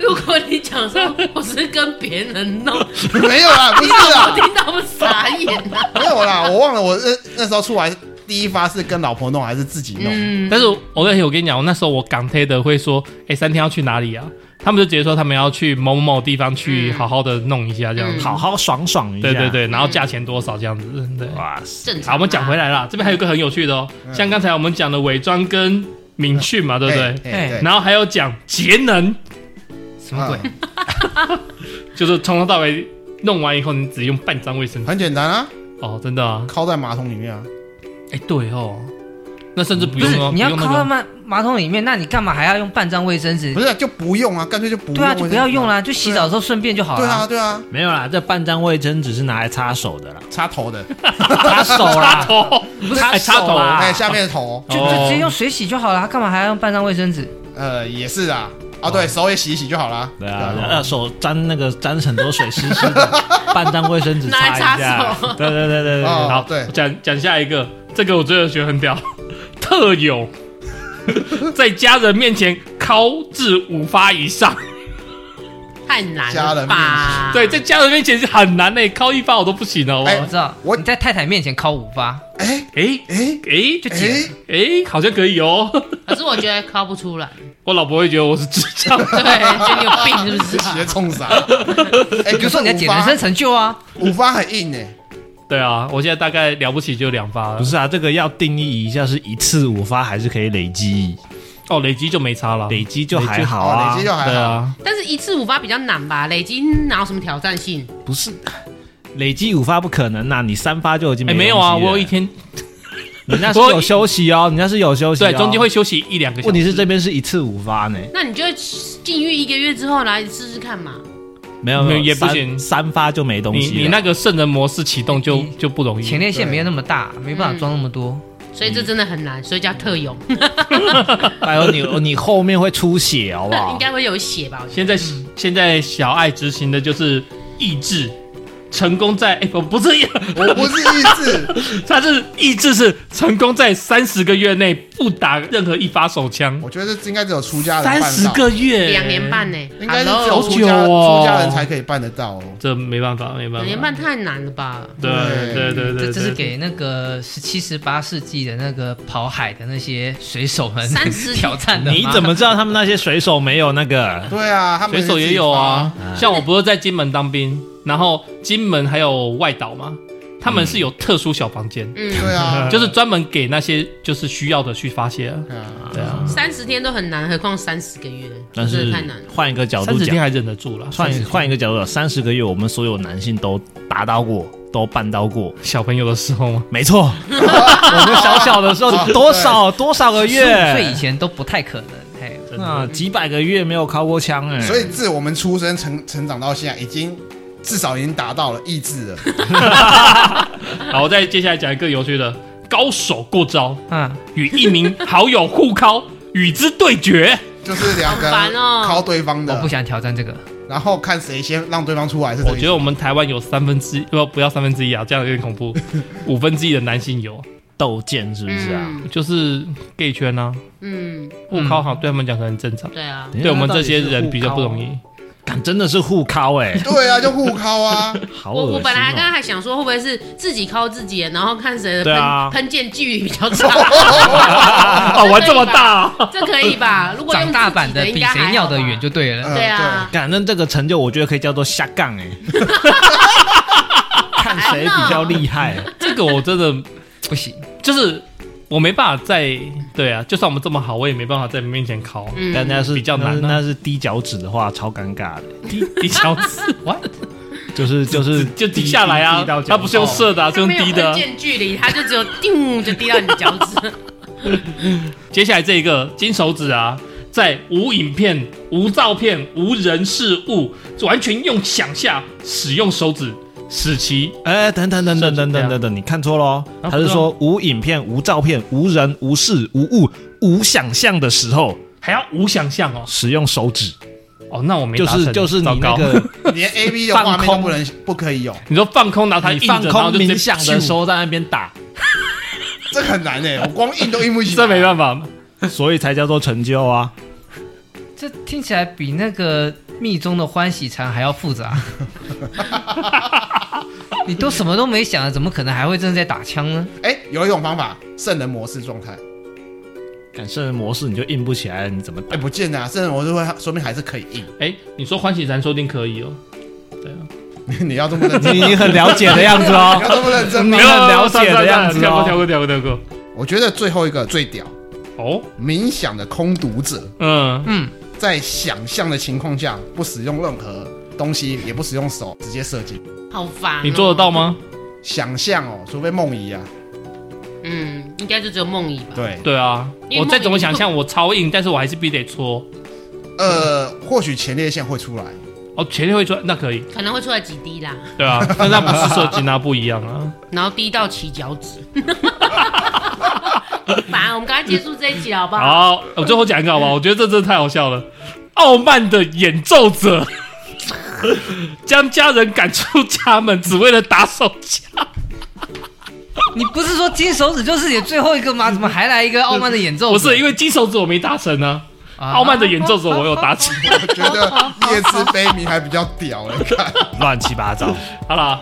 如果你讲说我是跟别人弄，
没有啦，不是
啊
我
啦，
听到我傻眼啊。
没有啦，我忘了我那那时候出来第一发是跟老婆弄还是自己弄？
嗯，
但是我我跟我跟你讲，我那时候我港推的会说，哎、三天要去哪里啊？他们就直接说他们要去某某地方去
嗯
好好的弄一下这样子。
嗯
好好爽爽一下。
对对，对，然后价钱多少这样子，对。
哇塞，
正常、
好，我们讲回，来啦，这边还有一个很有趣的哦，像刚才我们讲的伪装跟敏训嘛，对不对？
哎哎对
然后还有讲节能，什么鬼？
嗯
就是从头到尾弄完以后，你只用半张卫生纸。
很简单啊，
哦，真的啊？
靠在马桶里面啊。
哎，对哦，那甚至
不
不用
是
哦，
你要
不用
靠
那个
到马马桶里面，那你干嘛还要用半张卫生纸
不？是啊就不用啊，干脆就不用，
对啊，就不要用。啦，就洗澡的时候顺便就好
对啊，
了。
对啊，
没有啦，这半张卫生纸是拿来擦手的啦，
插头的，
擦手
插
啦，
头，
不是
哎插
手啦
啊
头哦
哎，下面的头，
就就直接用水洗就好了，干嘛还要用半张卫生纸？
呃，也是啊，
哦
啊，对手也洗一洗就好啦。
对啊，呃，手沾那个沾很多水湿湿 的，半张卫生纸
拿来
擦
擦
一下
手。
对对对对对，
哦
啊好，
对
讲讲下一个，这个我真的觉得很屌， 特有， 在家人面前尻至五发以上，
太难
家
了
人面
吧？
对，在家人面前是很难嘞，尻一发我都不行了，好不好
哎
我知道，
我
你在太太面前敲五发，
哎
哎
哎
哎，就
剪
哎，
哎，好像可以哦。
可是我觉得靠不出来，
我老婆会觉得我是智障。
对，就你有病是不是？
学冲啥？哎，
比如说你在
可是
捡
五发
人生成就啊，
五发很硬哎，
对啊，我现在大概了不起就两发了
不。是啊，这个要定义一下，是一次五发还是可以累积？
哦，累积就没差了。
累积就还好
哦
啊
累积。就还
对
好。
啊，
但是一次五发比较难吧？累积哪有什么挑战性？
不是，累积五发不可能呐、你三发就已经
哎，
没
没有
东西
啊，
了
我有一，天
人家是有休息哦，人家是有休息、哦，
对啊中间会。休息一两个小时。
问题是这边是一次五发呢，
那你就禁欲一个月之后来试试看嘛。
没有
没
没
有
有
也不
三
行
三发就没东
你
西啊了
你那个圣人模式启动就
你
就不容易
前。列腺没有那么大，没
嗯
办法装那么多。
所以这真的很难，所以叫特勇，
还哎有你你后面会出血好不好
应？该会有血吧？我觉得
现在
嗯
现在小爱执行的就是意志，成功在哎不不是 意，
我不是意志，
他是意志是成功在三十个月内不打任何一发手枪。
我觉得这应该只有出家人办
三
到
十，个月，
两年半呢、
应该是只
Hello，
有出家
好久哦
出家人才可以办得到哦。
这没办法，没
两
办法。
年半太难了吧？
对对对对，
这
对
这是给那个十七、十八世纪的那个跑海的那些水手们
三 十
挑战的吗。
你怎么知道他们那些水手没有那个？
对啊，他们
水手也有啊，像我不是在金门当兵，然后金门还有外岛嘛，他们是有特殊小房间，
嗯，
对啊，
就是专门给那些就是需要的去发泄啊。
啊
对啊，
三十天都很难，何况三十个月，
但
真
是
的太难了。
换一个
哦
角
三
度
十
讲
天，还忍得住了，
换
30
一
天
换一个角度讲，三十个月我们所有男性都达到过，都办到过，
小朋友的时候嘛，
没错，我们小小的时候多少多少个
十五岁以
月，
前都不太可能，哎，
啊，几百个月没有靠过枪
嗯
哎，
所以自我们出生成成长到现在，已经至少已经达到了意志了。嗯
然后再接下来讲一个有趣的，高手过招，
嗯，
与一名好友互 敲，与之对决。
就是两个
好烦哦
靠对方
我
的
不，想挑战这个，
然后看谁先让对方出来是这
我
个意
觉
思。
得我们台湾有三分之一，不不要三分之一啊，这样有点恐怖，五分之一的男性有，
斗剑是不是啊？
就是 gay 圈啊，
嗯，
互敲好像对他们讲很正常，
对啊，
等一
对
下
我们这些人比
啊
较不容易。。
敢真的是互 靠哎，
对啊，就互靠 啊，
好
我
恶心
我
哦
本来刚刚还想说，会不会是自己靠自己，然后看谁的
对
喷、
啊
喷溅距离比较长，
哦
啊，玩这么大啊、
这可以吧？如果用
长大版
自
比
己应该还
谁
好
尿得
吧
远就对了。
嗯
对啊，
敢那这个成就，我觉得可以叫做下 杠哎，看谁比较厉害。
这个我真的
不行，
就是我没办法在对啊，就算我们这么好，我也没办法在你们面前敲
但那
嗯，
是
比较难啊
那是那是低脚趾的话，超尴尬的，
低低 脚趾，
就是就是
就低下来啊
低到，脚
它不是用射的、啊，是
他
用
没有
低的、
喷
啊。
溅距离，他就只有叮就滴到你的脚趾。
接下来这一个金手指啊，在无影片、无照片、无人事物，完全用想象使用手指，使其
哎，等等等等等
这样
等等等，你看错喽，
啊
他是说无影片、无照片、无人、无事、无物、无想象的时候，
还要无想象哦。
使用手指，
哦，那我没
就
达成
是就是你
糟
那
糕。
个
连 A V 的画面都不能不可以有，
你说放空，然后它
你
硬
放
着，然后
空
就直接
冥想的时候在那边打，
这个很难哎， 我光印都印不
咻，
起来。
这没办法。
所以才叫做成就啊。
这听起来比那个密宗的欢喜禅还要复 杂。你都什么都没想了，啊怎么可能还会真的在打枪呢？
哎，有一种方法，圣人模式状态。
感圣人模式你就硬不起来，你怎么
哎，
打？
不见得啊，圣人模式会说明还是可以 印。
哎，你说欢喜咱说不定可以哦。对啊，
你要这么认真，
你
你
你很了解的样子哦
要。这么认真吗
你？很了解的样子哦
跳过，跳过，跳过，跳过。
我觉得最后一个最屌，
哦，
冥想的空读者，
嗯，
嗯，
在想象的情况下，不使用任何东西，也不使用手，直接射精。
好烦、哦
你做得到？吗？
想象哦，除非梦遗啊。
嗯，应该就只有梦怡吧。
对，
对啊，
因为
我再
梦
怎么
里
想
不
象，我超硬，但是我还是必须得搓。
呃，或许前列腺会出来，
哦，前列会搓，那可以。
可能会出来几滴啦，
对 啊，但那不是射精啊，不一样啊。
然后滴到起脚趾。 烦，我们赶快结束这一集好不好？
好，我最后讲一个 好不好？我觉得这真的太好笑了。傲慢的演奏者 将家人赶出家门，只为了打手枪。
你不是说金手指就是你最后一个 吗？怎么还来一个傲慢的演奏
不
者？
是因为金手指我没达成哦啊，
啊
傲慢的演奏者我有达成。
我 觉得夜之悲鸣还比较屌了。看，
乱七八糟。
好啦，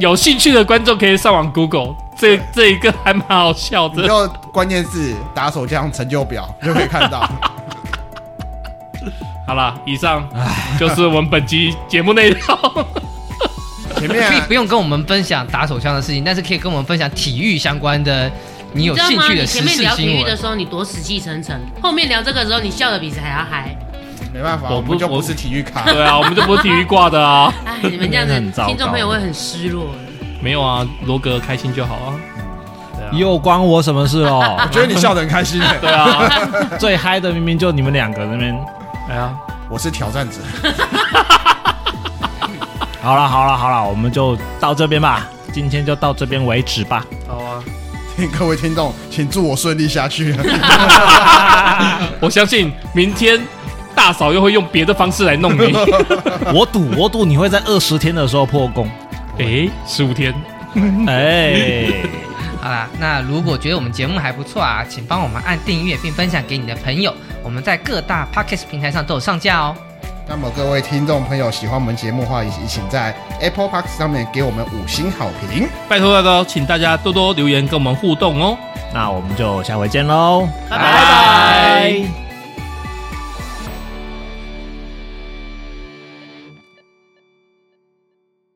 有兴趣的观众可以上网 Google 这这一个还蛮好笑
你
的。
就关键字打手枪成就表就可以 看到。
好啦，以上就是我们本期节目内 容。
前
啊
可以
面啊
不用跟我们分享打手枪的事情，但是可以跟我们分享体育相关的，你有
知道
兴
吗？
趣
你
的
前
时
面
事
聊体
新
育的
闻。
时候，你多死气沉沉；后面聊这个的时候，你笑的比谁还要嗨。
没办法，
我
我
不
们就
我
不是体育咖。
对啊，我们就不是体育挂的啊。
哎，你们这 样子
很糟，糕
听众朋友会很失落。
没有啊，罗格开心就好啊。
又关我什么事哦
我？觉得你笑得很开心耶。欸
对啊，
最嗨的明明就你们两个那边。
哎呀，
我是挑战者，
好了好了好了，我们就到这边吧，今天就到这边为止吧。
好啊。
各位听众，请祝我顺利下去。
我相信明天大嫂又会用别的方式来弄 你。
我赌我赌你会在二十天的时候破功。
诶，十五天，
哎，
好啦，那如果觉得我们节目还不错啊，请帮我们按订阅并分享给你的朋友。我们在各大 podcast 平台上都有上架哦。
那么各位听众朋友，喜欢我们节目的话，也请在 Apple Park 上面给我们五星好评。
拜托大家，请大家多多留言跟我们互动哦。
那我们就下回见喽，
拜
拜拜